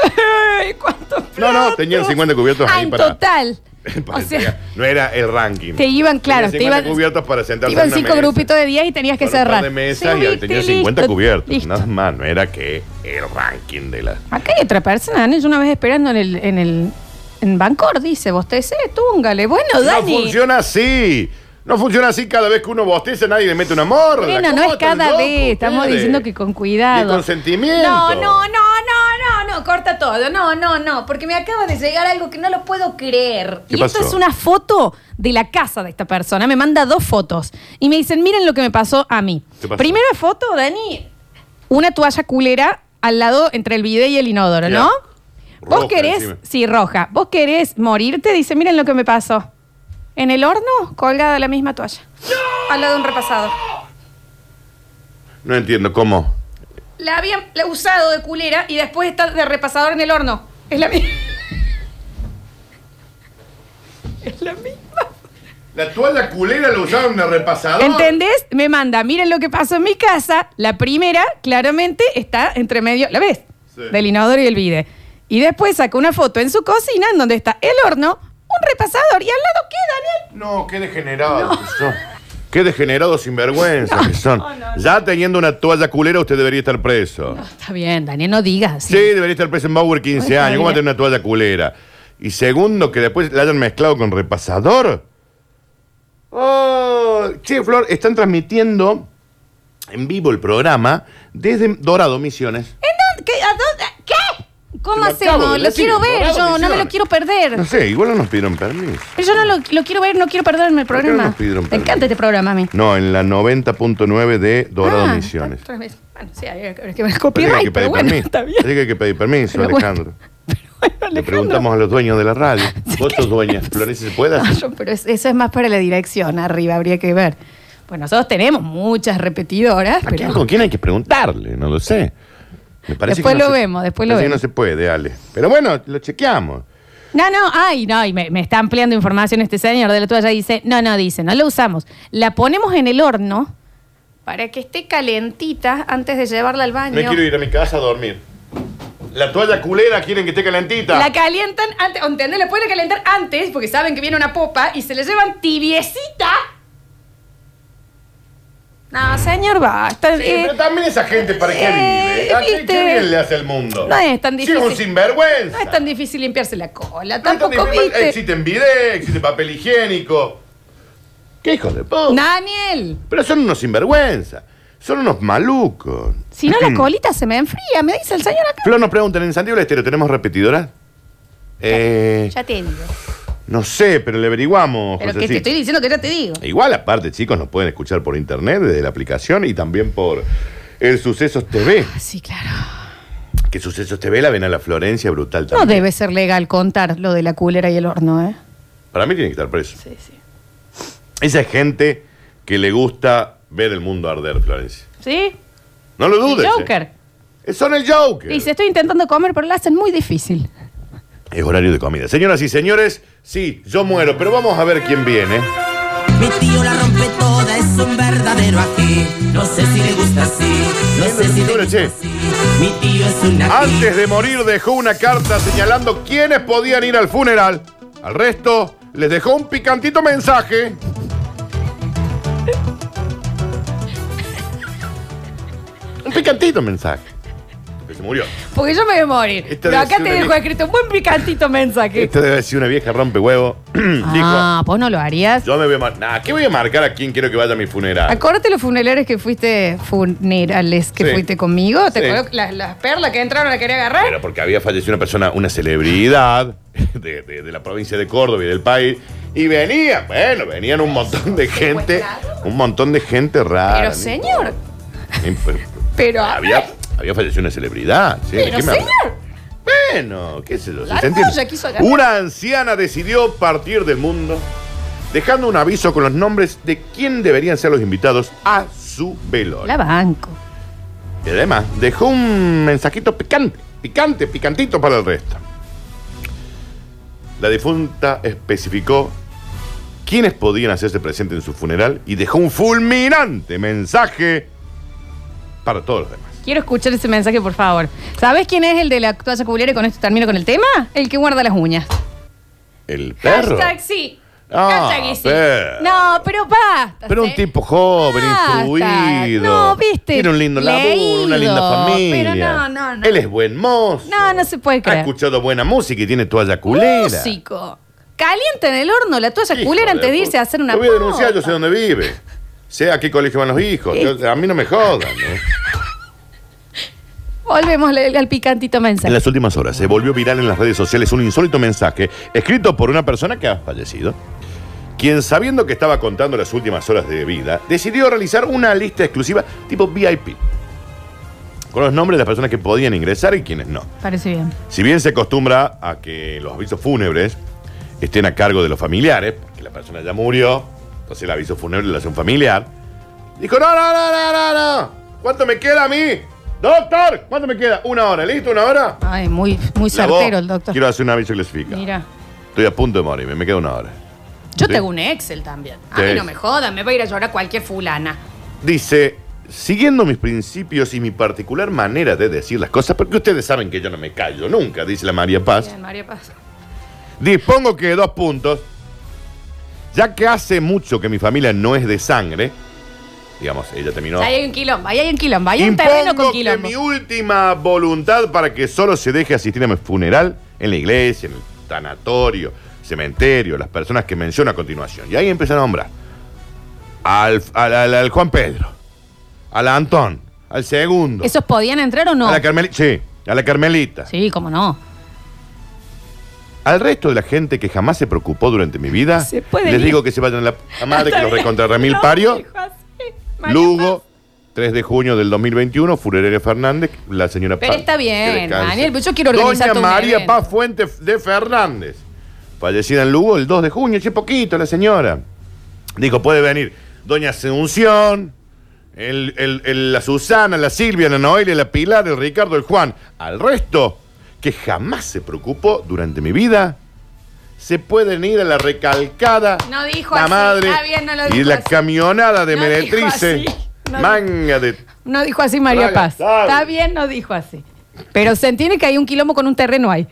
[SPEAKER 1] ¡Ay, cuántos
[SPEAKER 2] No, no, tenían 50 cubiertos
[SPEAKER 1] Ah,
[SPEAKER 2] ahí
[SPEAKER 1] en
[SPEAKER 2] para-
[SPEAKER 1] total.
[SPEAKER 2] <laughs> <laughs> Para
[SPEAKER 1] o sea,
[SPEAKER 2] entregar. no era el ranking.
[SPEAKER 1] te iban, claro,
[SPEAKER 2] Tenía
[SPEAKER 1] te
[SPEAKER 2] 50
[SPEAKER 1] iban.
[SPEAKER 2] cubiertos para
[SPEAKER 1] te
[SPEAKER 2] sentarse en
[SPEAKER 1] iban
[SPEAKER 2] una
[SPEAKER 1] cinco
[SPEAKER 2] mesa.
[SPEAKER 1] grupitos de 10 y tenías que
[SPEAKER 2] Con un par
[SPEAKER 1] cerrar.
[SPEAKER 2] de mesas
[SPEAKER 1] Sí,
[SPEAKER 2] y tenía
[SPEAKER 1] listo,
[SPEAKER 2] 50 cubiertos.
[SPEAKER 1] listo.
[SPEAKER 2] Nada más, no era que el ranking de la.
[SPEAKER 1] Acá hay otra persona, Dani, yo una vez esperando en el, en el en Bancor, dice, vos te sé, túngale. Bueno, Dani.
[SPEAKER 2] No funciona así. No funciona así cada vez que uno bosteza, nadie le mete una morra.
[SPEAKER 1] Bueno, no es cada vez, estamos diciendo que con cuidado.
[SPEAKER 2] Y con sentimiento.
[SPEAKER 1] No, no, no, no, no, no, corta todo. No, no, no, porque me acaba de llegar algo que no lo puedo creer.
[SPEAKER 2] ¿Qué
[SPEAKER 1] y
[SPEAKER 2] pasó?
[SPEAKER 1] esto es una foto de la casa de esta persona. Me manda dos fotos y me dicen, miren lo que me pasó a mí.
[SPEAKER 2] ¿Qué pasó?
[SPEAKER 1] Primera foto, Dani, una toalla culera al lado entre el bidet y el inodoro,
[SPEAKER 2] Ya.
[SPEAKER 1] ¿no?
[SPEAKER 2] Roja
[SPEAKER 1] Vos querés,
[SPEAKER 2] encima.
[SPEAKER 1] sí, roja. Vos querés morirte, dice, miren lo que me pasó. En el horno, colgada la misma toalla. Al lado de un repasado.
[SPEAKER 2] No entiendo cómo.
[SPEAKER 1] La habían la usado de culera y después está de repasador en el horno. Es la
[SPEAKER 2] <laughs>
[SPEAKER 1] misma. es la misma.
[SPEAKER 2] La toalla culera la usaron de repasador.
[SPEAKER 1] ¿Entendés? Me manda, miren lo que pasó en mi casa. La primera, claramente, está entre medio, ¿la ves?
[SPEAKER 2] Sí.
[SPEAKER 1] Del inodoro y el vide. Y después saca una foto en su cocina en donde está el horno, un repasador y al lado qué, Daniel.
[SPEAKER 2] No, qué degenerado que son. Qué degenerados sinvergüenza que
[SPEAKER 1] <laughs>
[SPEAKER 2] son.
[SPEAKER 1] no, no.
[SPEAKER 2] Ya teniendo una toalla culera, usted debería estar preso.
[SPEAKER 1] Oh, Está bien, Daniel, no digas.
[SPEAKER 2] Sí, debería estar preso en Bauer 15
[SPEAKER 1] Está
[SPEAKER 2] años. ¿Cómo va a
[SPEAKER 1] bien.
[SPEAKER 2] tener una toalla culera? Y segundo, que después la hayan mezclado con repasador. Oh, che, Flor, están transmitiendo en vivo el programa desde Dorado Misiones.
[SPEAKER 1] ¿En dónde? ¿Qué? ¿A dónde? ¿Qué?
[SPEAKER 2] Te
[SPEAKER 1] ¿Cómo
[SPEAKER 2] lo acabo de
[SPEAKER 1] hacemos? Lo
[SPEAKER 2] decir,
[SPEAKER 1] quiero ver
[SPEAKER 2] Dorado
[SPEAKER 1] yo, no me
[SPEAKER 2] Misiones.
[SPEAKER 1] lo quiero perder.
[SPEAKER 2] No sé, igual no nos pidieron permiso.
[SPEAKER 1] Pero yo no lo, lo quiero ver, no quiero perderme el
[SPEAKER 2] ¿Por qué no
[SPEAKER 1] programa.
[SPEAKER 2] nos pidieron
[SPEAKER 1] Me
[SPEAKER 2] permiso?
[SPEAKER 1] encanta este programa a mí.
[SPEAKER 2] No, en la 90.9 de Dorado
[SPEAKER 1] Ah,
[SPEAKER 2] Misiones.
[SPEAKER 1] otra vez. Bueno, sí, hay que- hay que ver el
[SPEAKER 2] Parece que hay
[SPEAKER 1] copyright,
[SPEAKER 2] que
[SPEAKER 1] pero
[SPEAKER 2] pedir
[SPEAKER 1] bueno,
[SPEAKER 2] permiso.
[SPEAKER 1] está bien.
[SPEAKER 2] Parece que hay que pedir permiso,
[SPEAKER 1] Pero bueno,
[SPEAKER 2] Alejandro.
[SPEAKER 1] Bueno,
[SPEAKER 2] Le
[SPEAKER 1] Alejandro.
[SPEAKER 2] preguntamos a los dueños de
[SPEAKER 1] <laughs>
[SPEAKER 2] la radio. Vos sos dueña, Florencia, ¿se puede
[SPEAKER 1] Ah,
[SPEAKER 2] hacer?
[SPEAKER 1] yo- pero es- eso es más para la dirección, arriba, habría que ver. Pues nosotros tenemos muchas repetidoras,
[SPEAKER 2] ¿A quién-
[SPEAKER 1] pero
[SPEAKER 2] ¿Con quién hay que preguntarle? No lo sé. Me parece
[SPEAKER 1] Después
[SPEAKER 2] que no
[SPEAKER 1] lo
[SPEAKER 2] se-
[SPEAKER 1] vemos, después lo
[SPEAKER 2] parece que
[SPEAKER 1] vemos.
[SPEAKER 2] no se puede, Ale. Pero bueno, lo chequeamos.
[SPEAKER 1] No, no, ay, no, y me, me está ampliando información este señor de la toalla. Dice, no, no, dice, no la usamos. La ponemos en el horno para que esté calentita antes de llevarla al baño.
[SPEAKER 2] Me quiero ir a mi casa a dormir. La toalla culera quieren que esté calentita.
[SPEAKER 1] La calientan antes, ¿entendés? La pueden calentar antes porque saben que viene una popa y se la llevan tibiecita. No, señor, basta.
[SPEAKER 2] Sí,
[SPEAKER 1] eh,
[SPEAKER 2] pero también esa gente para qué
[SPEAKER 1] eh,
[SPEAKER 2] vive. ¿A qué,
[SPEAKER 1] viste.
[SPEAKER 2] qué bien le hace el mundo?
[SPEAKER 1] No es tan
[SPEAKER 2] Sí,
[SPEAKER 1] difícil.
[SPEAKER 2] un sinvergüenza.
[SPEAKER 1] no es tan difícil limpiarse la cola,
[SPEAKER 2] No es tan
[SPEAKER 1] tampoco,
[SPEAKER 2] difícil. eh,
[SPEAKER 1] ¿viste?
[SPEAKER 2] Existen bidets, existe papel higiénico. ¿Qué hijos de puta?
[SPEAKER 1] Daniel,
[SPEAKER 2] Pero son unos sinvergüenza. Son unos malucos.
[SPEAKER 1] si no la colita se me enfría, me dice el señor acá.
[SPEAKER 2] Flor nos preguntan, ¿en Santiago del Estero tenemos repetidoras? Eh,
[SPEAKER 1] Ya te digo.
[SPEAKER 2] no sé, pero le averiguamos.
[SPEAKER 1] Pero que
[SPEAKER 2] Josecito.
[SPEAKER 1] te estoy diciendo que ya te digo.
[SPEAKER 2] Igual, aparte, chicos, nos pueden escuchar por internet, desde la aplicación y también por el Sucesos TV.
[SPEAKER 1] Sí, claro.
[SPEAKER 2] Que Sucesos TV la ven a la Florencia brutal
[SPEAKER 1] No
[SPEAKER 2] también.
[SPEAKER 1] debe ser legal contar lo de la culera y el horno, ¿eh?
[SPEAKER 2] Para mí tiene que estar preso.
[SPEAKER 1] Sí, sí.
[SPEAKER 2] Esa es gente que le gusta ver el mundo arder, Florencia.
[SPEAKER 1] ¿Sí?
[SPEAKER 2] No lo
[SPEAKER 1] El
[SPEAKER 2] dudes. eh.
[SPEAKER 1] Joker.
[SPEAKER 2] Eh, Son el Joker.
[SPEAKER 1] Dice, estoy intentando comer, pero la hacen muy difícil.
[SPEAKER 2] Es horario de comida. Señoras y señores, sí, yo muero, pero vamos a ver quién viene.
[SPEAKER 5] Mi tío la rompe toda, es un verdadero aquí. No sé si le gusta así, no sé si le gusta así. Mi tío es un ají.
[SPEAKER 2] Antes de morir dejó una carta señalando quiénes podían ir al funeral. Al resto les dejó un picantito mensaje. Un picantito mensaje. Que se murió.
[SPEAKER 1] Porque yo me voy a morir.
[SPEAKER 2] Esta
[SPEAKER 1] pero
[SPEAKER 2] debe
[SPEAKER 1] acá
[SPEAKER 2] ser
[SPEAKER 1] te
[SPEAKER 2] una
[SPEAKER 1] dejo
[SPEAKER 2] vie-
[SPEAKER 1] escrito un buen picantito mensaje.
[SPEAKER 2] Esto debe ser una vieja rompehuevo. <clears throat> Dijo,
[SPEAKER 1] Ah, vos no lo harías.
[SPEAKER 2] yo me voy a marcar. Nah, ¿qué voy a marcar a quién quiero que vaya a mi funeral?
[SPEAKER 1] Acuérdate los funerales que fuiste, funerales que
[SPEAKER 2] Sí.
[SPEAKER 1] fuiste conmigo. ¿Te
[SPEAKER 2] Sí.
[SPEAKER 1] acuerdas las, las perlas que entraron a querer agarrar?
[SPEAKER 2] Pero porque había fallecido una persona, una celebridad de, de- de la provincia de Córdoba y del país. Y venían, bueno, venían un montón de gente, un montón de gente rara.
[SPEAKER 1] Pero, señor.
[SPEAKER 2] Ni- pero-
[SPEAKER 1] Pero,
[SPEAKER 2] había, había fallecido una celebridad. sí, ¿de
[SPEAKER 1] Pero,
[SPEAKER 2] qué me habla?
[SPEAKER 1] señor.
[SPEAKER 2] Bueno, qué sé yo. si
[SPEAKER 1] La
[SPEAKER 2] se entiende.
[SPEAKER 1] joya quiso agarrar.
[SPEAKER 2] Una anciana decidió partir del mundo, dejando un aviso con los nombres de quién deberían ser los invitados a su velorio.
[SPEAKER 1] La banco.
[SPEAKER 2] Y además, dejó un mensajito picante, picante, picantito para el resto. La difunta especificó quiénes podían hacerse presente en su funeral y dejó un fulminante mensaje para todos los demás.
[SPEAKER 1] Quiero escuchar ese mensaje, por favor. ¿Sabes quién es el de la toalla culera? Y con esto termino con el tema. El que guarda las uñas.
[SPEAKER 2] El perro.
[SPEAKER 1] Hashtag sí.
[SPEAKER 2] Ah,
[SPEAKER 1] Hashtag sí.
[SPEAKER 2] perro.
[SPEAKER 1] No, pero basta.
[SPEAKER 2] Pero un
[SPEAKER 1] ¿sí?
[SPEAKER 2] tipo joven,
[SPEAKER 1] Basta.
[SPEAKER 2] instruido.
[SPEAKER 1] No, viste.
[SPEAKER 2] Tiene un lindo laburo, una linda
[SPEAKER 1] Leído.
[SPEAKER 2] familia.
[SPEAKER 1] Pero no, no, no.
[SPEAKER 2] Él es buen mozo.
[SPEAKER 1] No, no se puede
[SPEAKER 2] Ha
[SPEAKER 1] creer. Uh,
[SPEAKER 2] escuchado buena música y tiene toalla culera.
[SPEAKER 1] Músico. Calienta en el horno la toalla
[SPEAKER 2] Hijo
[SPEAKER 1] culera
[SPEAKER 2] de
[SPEAKER 1] antes de
[SPEAKER 2] puta.
[SPEAKER 1] irse a hacer una
[SPEAKER 2] Lo voy a
[SPEAKER 1] popa.
[SPEAKER 2] denunciar, yo sé dónde vive. Sé a qué colegio van los hijos. Yo- a mí no me jodan. ¿eh?
[SPEAKER 1] Volvemos al, al picantito
[SPEAKER 2] En
[SPEAKER 1] mensaje.
[SPEAKER 2] las últimas horas se volvió viral en las redes sociales un insólito mensaje escrito por una persona que ha fallecido, quien sabiendo que estaba contando las últimas horas de vida, decidió realizar una lista exclusiva tipo VIP, con los nombres de las personas que podían ingresar y quienes no.
[SPEAKER 1] Parece bien.
[SPEAKER 2] Si bien se acostumbra a que los avisos fúnebres estén a cargo de los familiares, porque la persona ya murió, entonces el aviso fúnebre lo hace un familiar, dijo, no, no, no, no, no, no, ¿cuánto me queda a mí? Doctor, ¿cuánto me queda? Una hora, ¿listo? ¿Una hora?
[SPEAKER 1] Ay, muy, muy
[SPEAKER 2] La voz,
[SPEAKER 1] certero el doctor.
[SPEAKER 2] Quiero hacer un aviso clasificado.
[SPEAKER 1] Mira.
[SPEAKER 2] Estoy a punto de morirme, me queda una hora.
[SPEAKER 1] Yo
[SPEAKER 2] Sí.
[SPEAKER 1] tengo un Excel también.
[SPEAKER 2] Sí.
[SPEAKER 1] A mí no me jodan, me va a ir a llorar cualquier fulana.
[SPEAKER 2] Dice, siguiendo mis principios y mi particular manera de decir las cosas, porque ustedes saben que yo no me callo nunca, dice la María Paz.
[SPEAKER 1] Bien, María Paz.
[SPEAKER 2] Dispongo que dos puntos. Ya que hace mucho que mi familia no es de sangre, digamos, ella terminó.
[SPEAKER 1] Ahí hay un quilombo, ahí hay un quilombo, ahí hay un terreno
[SPEAKER 2] Impongo
[SPEAKER 1] con
[SPEAKER 2] que
[SPEAKER 1] quilombo.
[SPEAKER 2] mi última voluntad para que solo se deje asistir a mi funeral en la iglesia, en el tanatorio, cementerio, las personas que menciono a continuación. Y ahí empieza a nombrar al, al- al- al Juan Pedro, al Antón, al segundo,
[SPEAKER 1] ¿Esos podían entrar o no?
[SPEAKER 2] a la Carmelita. Sí, a la Carmelita.
[SPEAKER 1] Sí, cómo no.
[SPEAKER 2] Al resto de la gente que jamás se preocupó durante mi vida,
[SPEAKER 1] Se pueden
[SPEAKER 2] les
[SPEAKER 1] ir.
[SPEAKER 2] digo que se vayan a la
[SPEAKER 1] <laughs>
[SPEAKER 2] p- madre que los recontra Ramil Pario. Lugo, 3 de junio del 2021, Furerere Fernández, la señora
[SPEAKER 1] Pero
[SPEAKER 2] Paz,
[SPEAKER 1] está bien,
[SPEAKER 2] que descanse.
[SPEAKER 1] Daniel, pero yo quiero organizar todo
[SPEAKER 2] Doña
[SPEAKER 1] un
[SPEAKER 2] María
[SPEAKER 1] evento.
[SPEAKER 2] Paz Fuente de Fernández, fallecida en Lugo el 2 de junio, hace poquito la señora. Dijo, puede venir Doña Asunción, el- el- el- la Susana, la Silvia, la Noelia, la Pilar, el Ricardo, el Juan. Al resto, que jamás se preocupó durante mi vida, se pueden ir a la recalcada.
[SPEAKER 1] No dijo
[SPEAKER 2] la
[SPEAKER 1] así,
[SPEAKER 2] madre
[SPEAKER 1] está bien, no lo
[SPEAKER 2] y
[SPEAKER 1] dijo
[SPEAKER 2] la
[SPEAKER 1] así.
[SPEAKER 2] camionada de
[SPEAKER 1] No
[SPEAKER 2] Meretrice.
[SPEAKER 1] dijo así, no dijo-
[SPEAKER 2] manga de
[SPEAKER 1] No dijo así María
[SPEAKER 2] Traga,
[SPEAKER 1] Paz.
[SPEAKER 2] sabe.
[SPEAKER 1] Está bien, no dijo así. Pero se entiende que hay un quilombo con un terreno ahí.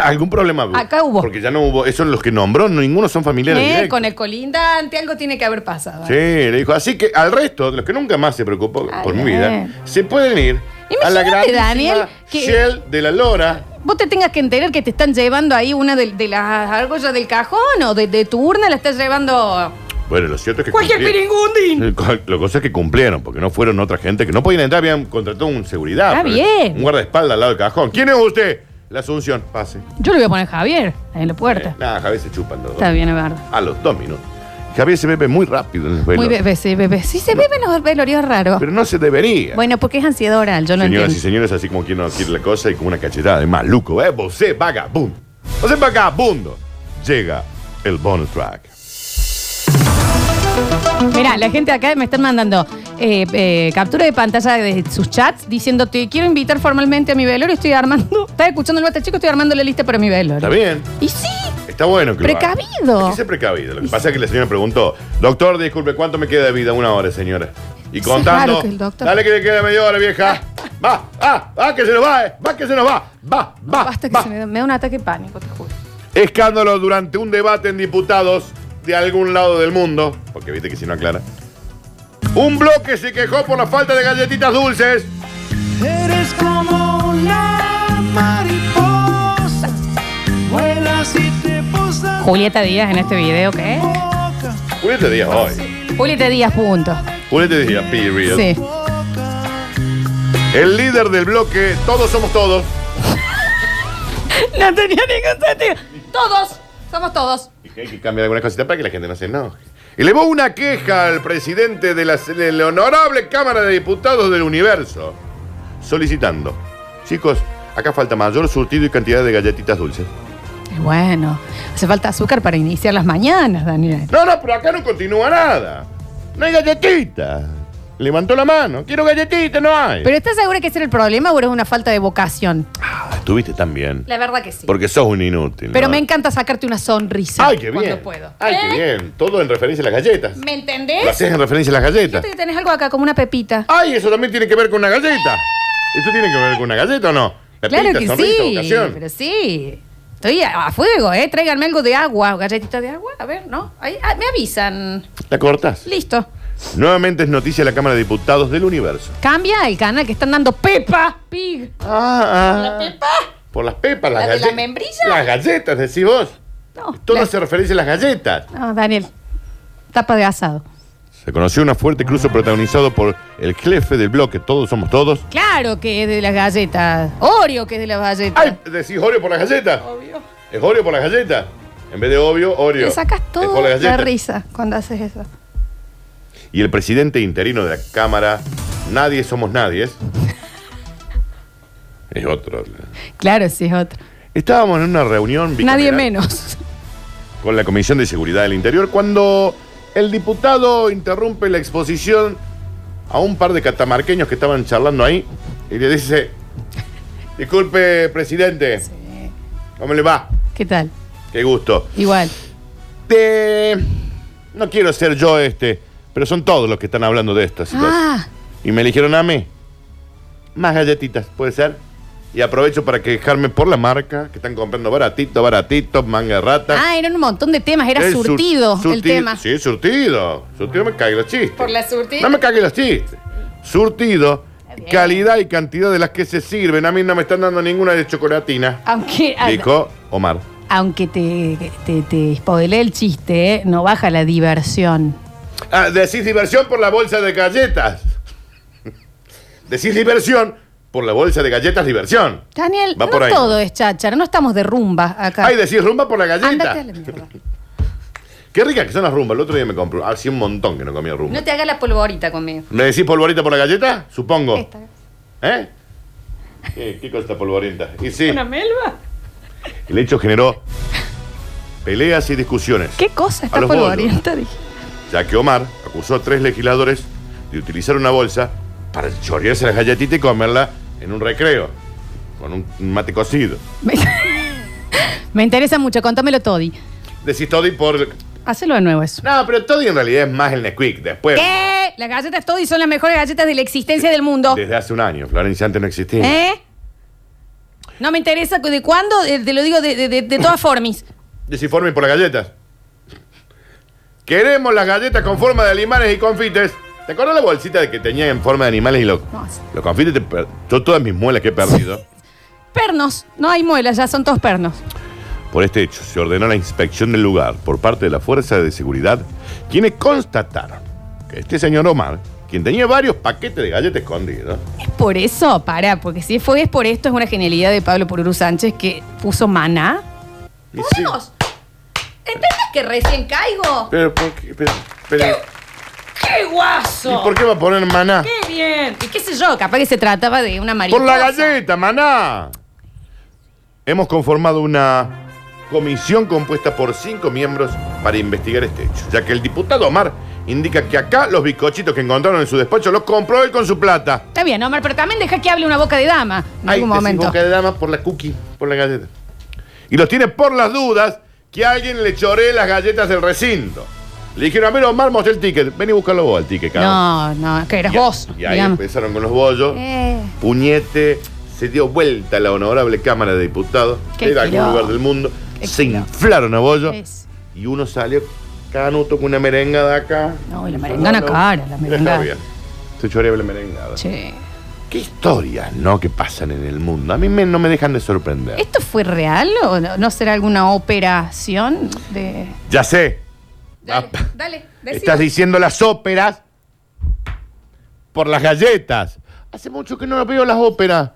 [SPEAKER 2] Algún problema hubo.
[SPEAKER 1] Acá hubo.
[SPEAKER 2] Porque ya no hubo. Esos los que nombró, no- ninguno son familiares.
[SPEAKER 1] Eh,
[SPEAKER 2] directos.
[SPEAKER 1] Con el colindante, algo tiene que haber pasado. ¿eh?
[SPEAKER 2] Sí, le dijo. Así que al resto, de los que nunca más se preocupó
[SPEAKER 1] Está
[SPEAKER 2] por mi vida,
[SPEAKER 1] bien.
[SPEAKER 2] se pueden ir a la gran
[SPEAKER 1] Imagínate, Daniel, que-
[SPEAKER 2] Shell de la Lora.
[SPEAKER 1] Vos te tengas que enterar que te están llevando ahí una de, de las argollas del cajón o de, de tu urna, la estás llevando.
[SPEAKER 2] Bueno, lo cierto es que.
[SPEAKER 1] ¡Cualquier
[SPEAKER 2] cumplieron.
[SPEAKER 1] piringundín!
[SPEAKER 2] Eh, co- Lo cosa es que cumplieron, porque no fueron otra gente que no podían entrar, habían contratado un seguridad.
[SPEAKER 1] Está
[SPEAKER 2] pero
[SPEAKER 1] bien.
[SPEAKER 2] Un guardaespaldas al lado del cajón. ¿Quién es usted? La Asunción. Pase.
[SPEAKER 1] Yo le voy a poner Javier en la
[SPEAKER 2] Eh,
[SPEAKER 1] puerta.
[SPEAKER 2] Nada, Javier se chupan los dos.
[SPEAKER 1] Está bien, es verdad.
[SPEAKER 2] A los dos minutos. Javier se bebe muy rápido en el
[SPEAKER 1] Muy
[SPEAKER 2] velo.
[SPEAKER 1] bebé, sí, bebé. Sí, se beben los velorios raros.
[SPEAKER 2] Pero no se debería.
[SPEAKER 1] Bueno, porque es ansiedad oral, yo lo
[SPEAKER 2] Señoras y
[SPEAKER 1] entiendo.
[SPEAKER 2] señores, así como quien no quiere la cosa y como una cachetada de maluco, ¿eh? Vos es vagabundo. Vos es vagabundo. Llega el bonus track.
[SPEAKER 1] Mirá, la gente acá me están mandando eh, eh, captura de pantalla de sus chats diciendo: Te quiero invitar formalmente a mi velorio. Estoy armando. <laughs> Estás escuchando el bate chico, estoy armando la lista para mi
[SPEAKER 2] ¿Está
[SPEAKER 1] velorio.
[SPEAKER 2] bien?
[SPEAKER 1] Y sí,
[SPEAKER 2] Está bueno que lo haga.
[SPEAKER 1] Precavido.
[SPEAKER 2] Hay que ser precavido. Lo que pasa es que la señora preguntó, doctor, disculpe, ¿cuánto me queda de vida? Una hora, señora. Y
[SPEAKER 1] Eso es
[SPEAKER 2] contando,
[SPEAKER 1] raro que el doctor-
[SPEAKER 2] dale que le queda media hora, vieja.
[SPEAKER 1] <laughs>
[SPEAKER 2] Va, ah, va, que se nos va, eh. Va, que se nos va. Va, va,
[SPEAKER 1] basta que
[SPEAKER 2] va.
[SPEAKER 1] se me, da- me da un ataque de pánico, te juro.
[SPEAKER 2] Escándalo durante un debate en diputados de algún lado del mundo, porque viste que si no aclara. Un bloque se quejó por la falta de galletitas dulces.
[SPEAKER 4] Eres como una mariposa, vuelas y te posas
[SPEAKER 1] Julieta Díaz en este video, ¿qué?
[SPEAKER 4] en la boca.
[SPEAKER 2] Julieta Díaz hoy.
[SPEAKER 1] Julieta Díaz, punto.
[SPEAKER 2] Julieta Díaz, period.
[SPEAKER 1] Sí.
[SPEAKER 2] El líder del bloque, todos somos todos.
[SPEAKER 1] No tenía ningún sentido. Todos, somos todos.
[SPEAKER 2] Y que hay que cambiar algunas cositas para que la gente no se enoje. Elevó una queja al presidente de la, de la honorable Cámara de Diputados del Universo, solicitando, chicos, acá falta mayor surtido y cantidad de galletitas dulces.
[SPEAKER 1] Y Bueno, hace falta azúcar para iniciar las mañanas, Daniel.
[SPEAKER 2] No, no, pero acá no continúa nada. No hay galletita. Levantó la mano. Quiero galletita, no hay.
[SPEAKER 1] Pero ¿estás segura que ese era el problema o era una falta de vocación?
[SPEAKER 2] Ah, estuviste tan bien.
[SPEAKER 1] La verdad que sí.
[SPEAKER 2] Porque sos un inútil.
[SPEAKER 1] Pero
[SPEAKER 2] ¿no?
[SPEAKER 1] me encanta sacarte una sonrisa
[SPEAKER 2] Ay, qué bien.
[SPEAKER 1] cuando puedo.
[SPEAKER 2] Ay,
[SPEAKER 1] ¿Eh?
[SPEAKER 2] qué bien. Todo en referencia a las galletas.
[SPEAKER 1] ¿Me
[SPEAKER 2] Lo
[SPEAKER 1] entendés?
[SPEAKER 2] haces en referencia a las galletas.
[SPEAKER 1] Fíjate que tenés algo acá, como una pepita.
[SPEAKER 2] Ay, eso también tiene que ver con una galleta. ¿Eso tiene que ver con una galleta o no? Pepita,
[SPEAKER 1] claro que
[SPEAKER 2] sonrisa,
[SPEAKER 1] sí.
[SPEAKER 2] vocación.
[SPEAKER 1] Pero sí. Estoy a, a fuego, ¿eh? Tráiganme algo de agua, galletita de agua. A ver, ¿no? Ahí, ah, me avisan.
[SPEAKER 2] La cortas.
[SPEAKER 1] Listo.
[SPEAKER 2] Nuevamente es noticia de la Cámara de Diputados del Universo.
[SPEAKER 1] Cambia el canal que están dando Pepa Pig.
[SPEAKER 2] Ah, ah.
[SPEAKER 1] Pepa.
[SPEAKER 2] Por las pepas,
[SPEAKER 1] ¿La
[SPEAKER 2] las
[SPEAKER 1] de la
[SPEAKER 2] galletas.
[SPEAKER 1] membrilla?
[SPEAKER 2] Las galletas, decís vos.
[SPEAKER 1] No,
[SPEAKER 2] Todo
[SPEAKER 1] la-
[SPEAKER 2] se referencia a las galletas.
[SPEAKER 1] no, Daniel. Tapa de asado.
[SPEAKER 2] Se conoció una fuerte cruce protagonizado por el jefe del bloque Todos Somos Todos.
[SPEAKER 1] Claro que es de las galletas. Oreo que es de las galletas.
[SPEAKER 2] ¡Ay! ¿Decís Oreo por las galletas? Obvio. ¿Es Oreo por las galletas? En vez de obvio, Oreo.
[SPEAKER 1] Te sacas
[SPEAKER 2] Es por
[SPEAKER 1] todo
[SPEAKER 2] las
[SPEAKER 1] la,
[SPEAKER 2] galletas.
[SPEAKER 1] risa cuando haces eso.
[SPEAKER 2] Y el presidente interino de la Cámara, Nadie Somos Nadies. es otro.
[SPEAKER 1] Claro, sí, es otro.
[SPEAKER 2] Estábamos en una reunión bicameral
[SPEAKER 1] Nadie menos. <laughs>
[SPEAKER 2] con la Comisión de Seguridad del Interior cuando el diputado interrumpe la exposición a un par de catamarqueños que estaban charlando ahí y le dice, disculpe, presidente, ¿cómo le va?
[SPEAKER 1] ¿Qué tal?
[SPEAKER 2] Qué gusto.
[SPEAKER 1] Igual.
[SPEAKER 2] Te- No quiero ser yo este, pero son todos los que están hablando de esta situación.
[SPEAKER 1] Ah,
[SPEAKER 2] Y me eligieron a mí. Más galletitas, puede ser. Y aprovecho para quejarme por la marca, que están comprando baratito, baratito, manga de rata.
[SPEAKER 1] ah, eran un montón de temas. Era
[SPEAKER 2] El sur-
[SPEAKER 1] surtido el
[SPEAKER 2] surti-
[SPEAKER 1] tema.
[SPEAKER 2] Sí, surtido. Surtido me cague los chistes.
[SPEAKER 1] Por la surtida.
[SPEAKER 2] No me cague los chistes. Surtido, calidad y cantidad de las que se sirven. A mí no me están dando ninguna de chocolatina.
[SPEAKER 1] Aunque, a-
[SPEAKER 2] Dijo Omar.
[SPEAKER 1] aunque te, te, te spoilé el chiste, ¿eh? no baja la diversión.
[SPEAKER 2] Ah, decís diversión por la bolsa de galletas. <laughs> decís diversión por la bolsa de galletas, diversión.
[SPEAKER 1] Daniel,
[SPEAKER 2] Va
[SPEAKER 1] no
[SPEAKER 2] por ahí.
[SPEAKER 1] todo es cháchara, no estamos de rumba acá.
[SPEAKER 2] Ay, decís rumba por la
[SPEAKER 1] Ándate a
[SPEAKER 2] galleta.
[SPEAKER 1] la mierda.
[SPEAKER 2] Qué ricas que son las rumbas. El otro día me compró. Hacía un montón que no comía rumba.
[SPEAKER 1] No te hagas la polvorita conmigo.
[SPEAKER 2] ¿Me decís polvorita por la galleta? Supongo.
[SPEAKER 1] Esta.
[SPEAKER 2] ¿Eh? ¿Qué, qué cosa polvorienta? Y sí,
[SPEAKER 1] ¿Una melva?
[SPEAKER 2] el hecho generó peleas y discusiones.
[SPEAKER 1] ¿Qué cosa
[SPEAKER 2] A
[SPEAKER 1] está
[SPEAKER 2] los bolos.
[SPEAKER 1] polvorienta? dije?
[SPEAKER 2] ya que Omar acusó a tres legisladores de utilizar una bolsa para chorearse las galletitas y comerla en un recreo, con un mate cocido.
[SPEAKER 1] Me, me interesa mucho, contámelo Toddy.
[SPEAKER 2] Decís Toddy por...
[SPEAKER 1] Hacelo de nuevo eso.
[SPEAKER 2] No, pero Toddy en realidad es más el Nesquik. Después,
[SPEAKER 1] ¿Qué? Las galletas Toddy son las mejores galletas de la existencia del mundo.
[SPEAKER 2] desde hace un año, Florencia antes no existía.
[SPEAKER 1] ¿Eh? No me interesa cu- de cuándo, eh, te lo digo de, de- de- de todas formas.
[SPEAKER 2] Desiforme por las galletas. Queremos las galletas con forma de animales y confites. ¿Te acuerdas la bolsita de que tenía en forma de animales y los,
[SPEAKER 1] No, sí.
[SPEAKER 2] los confites? te per- Yo todas mis muelas que he perdido.
[SPEAKER 1] Pernos, no hay muelas, ya son todos pernos.
[SPEAKER 2] Por este hecho, se ordenó la inspección del lugar por parte de la Fuerza de Seguridad, quienes constataron que este señor Omar, quien tenía varios paquetes de galletas escondidos,
[SPEAKER 1] Es por eso, para, porque si fue es por esto, es una genialidad de Pablo Pururu Sánchez que puso maná.
[SPEAKER 2] y sí,
[SPEAKER 1] ¡Vamos! ¿Entendés que recién caigo?
[SPEAKER 2] pero, ¿por qué, pero, pero,
[SPEAKER 1] ¡Qué guaso!
[SPEAKER 2] ¿y por qué va a poner maná?
[SPEAKER 1] ¡Qué bien! Y qué sé yo, capaz que se trataba de una mariposa.
[SPEAKER 2] Por la galleta, maná. Hemos conformado una comisión compuesta por cinco miembros para investigar este hecho, ya que el diputado Omar indica que acá los bizcochitos que encontraron en su despacho los compró él con su plata.
[SPEAKER 1] Está bien, Omar, pero también deja que hable una boca de dama en
[SPEAKER 2] Ahí
[SPEAKER 1] algún
[SPEAKER 2] decís
[SPEAKER 1] momento.
[SPEAKER 2] boca de dama por la cookie, por la galleta. Y los tiene por las dudas que alguien le choree las galletas del recinto. Le dijeron, a ver, Omar, mostré el ticket. Ven y búscalo vos, el ticket, cabrón.
[SPEAKER 1] No, no, que eres
[SPEAKER 2] Y a-
[SPEAKER 1] vos.
[SPEAKER 2] Y ahí
[SPEAKER 1] digamos.
[SPEAKER 2] empezaron con los bollos.
[SPEAKER 1] Eh.
[SPEAKER 2] Puñete, se dio vuelta la honorable Cámara de Diputados
[SPEAKER 1] Qué
[SPEAKER 2] de algún
[SPEAKER 1] quilombo.
[SPEAKER 2] lugar del mundo.
[SPEAKER 1] Qué
[SPEAKER 2] Se
[SPEAKER 1] quilombo.
[SPEAKER 2] inflaron a bollo
[SPEAKER 1] Es.
[SPEAKER 2] y uno salió canuto con una merenga de acá.
[SPEAKER 1] No, y la merengana
[SPEAKER 2] No, no.
[SPEAKER 1] cara, la
[SPEAKER 2] Era
[SPEAKER 1] merengana.
[SPEAKER 2] Javier. Se choreaba la merengada.
[SPEAKER 1] Che.
[SPEAKER 2] Qué historias, ¿no? Que pasan en el mundo. A mí me- no me dejan de sorprender.
[SPEAKER 1] ¿Esto fue real o no, no será alguna operación de.
[SPEAKER 2] Ya sé.
[SPEAKER 1] Dale,
[SPEAKER 2] Ah,
[SPEAKER 1] dale, decilo.
[SPEAKER 2] Estás diciendo las óperas por las galletas. Hace mucho que no veo las óperas.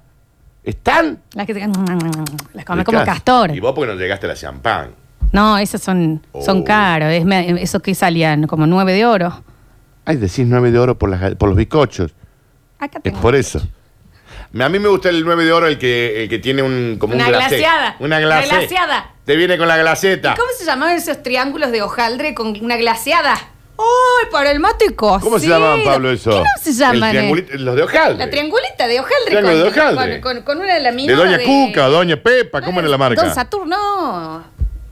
[SPEAKER 2] ¿Están?
[SPEAKER 1] Las que se- Las come como castor.
[SPEAKER 2] Y vos porque no llegaste a la champán.
[SPEAKER 1] No, esas son, son
[SPEAKER 2] Oh.
[SPEAKER 1] caros. Es me- esos que salían como nueve de oro.
[SPEAKER 2] Ay, decís 9 de oro por, las, por los bizcochos.
[SPEAKER 1] Acá
[SPEAKER 2] Es
[SPEAKER 1] tengo.
[SPEAKER 2] por eso. A mí me gusta el 9 de oro, el que, el que tiene un, como
[SPEAKER 1] Una
[SPEAKER 2] un glacé.
[SPEAKER 1] glaseada.
[SPEAKER 2] Una glacé.
[SPEAKER 1] La glaseada.
[SPEAKER 2] Te viene con la glaceta.
[SPEAKER 1] ¿Cómo se llamaban esos triángulos de hojaldre con una glaseada? ¡Ay, para el mate cocido!
[SPEAKER 2] ¿Cómo se llamaban, Pablo, eso?
[SPEAKER 1] ¿Qué no se
[SPEAKER 2] El
[SPEAKER 1] llaman? eh?
[SPEAKER 2] triangulito- los de hojaldre.
[SPEAKER 1] La triangulita de hojaldre.
[SPEAKER 2] Triángulo de
[SPEAKER 1] con,
[SPEAKER 2] hojaldre.
[SPEAKER 1] Con, con- con una de la
[SPEAKER 2] de Doña Cuca, Doña Pepa, ¿cómo era la marca?
[SPEAKER 1] Don Saturno.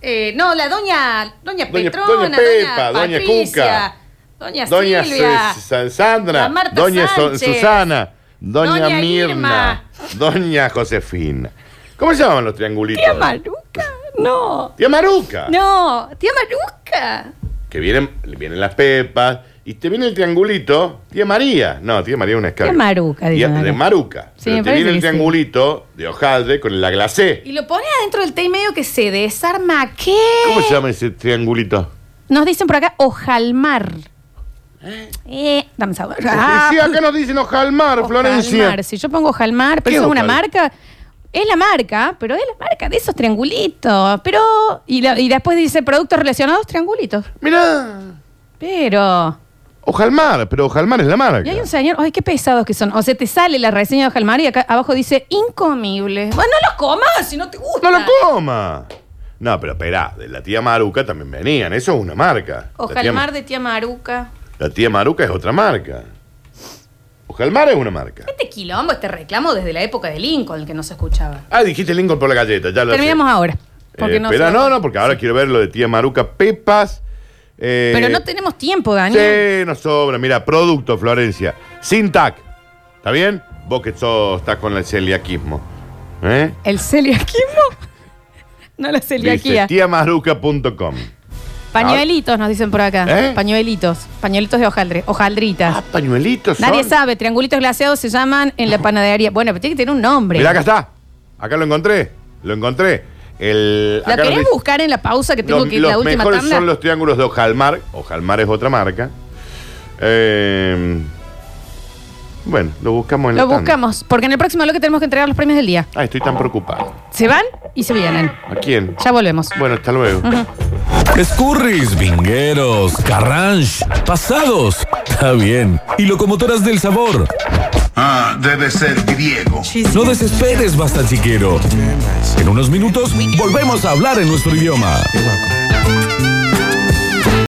[SPEAKER 1] Eh, no, la doña, doña
[SPEAKER 2] Doña-
[SPEAKER 1] Petrona,
[SPEAKER 2] doña Pepa, doña
[SPEAKER 1] Patricia,
[SPEAKER 2] Cuca.
[SPEAKER 1] Doña,
[SPEAKER 2] Doña
[SPEAKER 1] Silvia.
[SPEAKER 2] Su- San- Sandra,
[SPEAKER 1] la Marta
[SPEAKER 2] Doña Su-
[SPEAKER 1] Sánchez,
[SPEAKER 2] Susana, Doña,
[SPEAKER 1] Doña
[SPEAKER 2] Mirna,
[SPEAKER 1] Irma.
[SPEAKER 2] Doña Josefina. ¿Cómo se llamaban los triangulitos?
[SPEAKER 1] Tía Maruca, no.
[SPEAKER 2] Tía Maruca.
[SPEAKER 1] No, tía Maruca.
[SPEAKER 2] Que vienen, vienen las pepas y te viene el triangulito, tía María. No, tía María es una escala.
[SPEAKER 1] Tía Maruca,
[SPEAKER 2] Tía-
[SPEAKER 1] dicen acá.
[SPEAKER 2] de Maruca.
[SPEAKER 1] Sí,
[SPEAKER 2] Pero
[SPEAKER 1] me
[SPEAKER 2] te
[SPEAKER 1] parece
[SPEAKER 2] viene el
[SPEAKER 1] que sí.
[SPEAKER 2] triangulito de hojaldre con la glacé.
[SPEAKER 1] Y lo pones adentro del té y medio que se desarma. ¿Qué?
[SPEAKER 2] ¿Cómo se llama ese triangulito?
[SPEAKER 1] Nos dicen por acá ojalmar. Eh, dame sabor. Ah,
[SPEAKER 2] sí, acá nos dicen hojalmar, Florencia.
[SPEAKER 1] Ojalmar. Si yo pongo Ojalmar,
[SPEAKER 2] ¿Qué
[SPEAKER 1] pero eso es una
[SPEAKER 2] Ojalmar?
[SPEAKER 1] marca. Es la marca, pero es la marca de esos triangulitos. Pero. Y, la- y después dice productos relacionados, triangulitos.
[SPEAKER 2] Mirá,
[SPEAKER 1] Pero.
[SPEAKER 2] hojalmar, pero hojalmar es la marca.
[SPEAKER 1] Y hay un señor. Ay, qué pesados que son. O sea, te sale la reseña de Ojalmar y acá abajo dice incomible. Bueno, no los comas si no te gusta.
[SPEAKER 2] ¡No lo coma! No, pero esperá, de la tía Maruca también venían. Eso es una marca. La tía,
[SPEAKER 1] Ojalmar de tía Maruca.
[SPEAKER 2] la tía Maruca es otra marca. Ojalmar es una marca.
[SPEAKER 1] Este quilombo, este reclamo desde la época de Lincoln que no se escuchaba.
[SPEAKER 2] Ah, dijiste Lincoln por la galleta, ya lo sé.
[SPEAKER 1] Terminamos ahora. Porque
[SPEAKER 2] Eh,
[SPEAKER 1] no
[SPEAKER 2] espera,
[SPEAKER 1] se-
[SPEAKER 2] no, no, porque ahora quiero ver lo de tía Maruca Pepas. eh,
[SPEAKER 1] Pero no tenemos tiempo, Daniel.
[SPEAKER 2] Sí, nos sobra. Mira, producto, Florencia. Sin tac. ¿Está bien? Vos que sos, estás con el celiaquismo. ¿Eh?
[SPEAKER 1] El celiaquismo. <laughs> no la
[SPEAKER 2] Dice
[SPEAKER 1] celiaquía.
[SPEAKER 2] tiamaruca.com.
[SPEAKER 1] Pañuelitos nos dicen por acá.
[SPEAKER 2] ¿Eh?
[SPEAKER 1] Pañuelitos. Pañuelitos de hojaldre.
[SPEAKER 2] Ah,
[SPEAKER 1] Hojaldritas.
[SPEAKER 2] pañuelitos.
[SPEAKER 1] Nadie
[SPEAKER 2] son.
[SPEAKER 1] sabe. Triangulitos glaseados se llaman en la panadería. Bueno, pero tiene que tener un nombre.
[SPEAKER 2] Mirá, acá está. Acá lo encontré. Lo encontré. El,
[SPEAKER 1] ¿La
[SPEAKER 2] acá nos
[SPEAKER 1] querés
[SPEAKER 2] dice-
[SPEAKER 1] buscar en la pausa que tengo
[SPEAKER 2] los,
[SPEAKER 1] que ir
[SPEAKER 2] los
[SPEAKER 1] la última
[SPEAKER 2] mejores
[SPEAKER 1] tanda?
[SPEAKER 2] son los triángulos de Ojalmar. Ojalmar es otra marca. Eh, bueno, lo buscamos en
[SPEAKER 1] Lo
[SPEAKER 2] la tanda.
[SPEAKER 1] buscamos. Porque en el próximo bloque tenemos que entregar los premios del día.
[SPEAKER 2] Ah, estoy tan preocupado.
[SPEAKER 1] Se van y se vienen.
[SPEAKER 2] ¿A quién?
[SPEAKER 1] Ya volvemos.
[SPEAKER 2] Bueno, hasta luego.
[SPEAKER 3] Escurris, vingueros, carranche, pasados. Está bien. Y locomotoras del sabor.
[SPEAKER 6] Ah, debe ser griego.
[SPEAKER 3] No desesperes, basta chiquero. En unos minutos volvemos a hablar en nuestro idioma.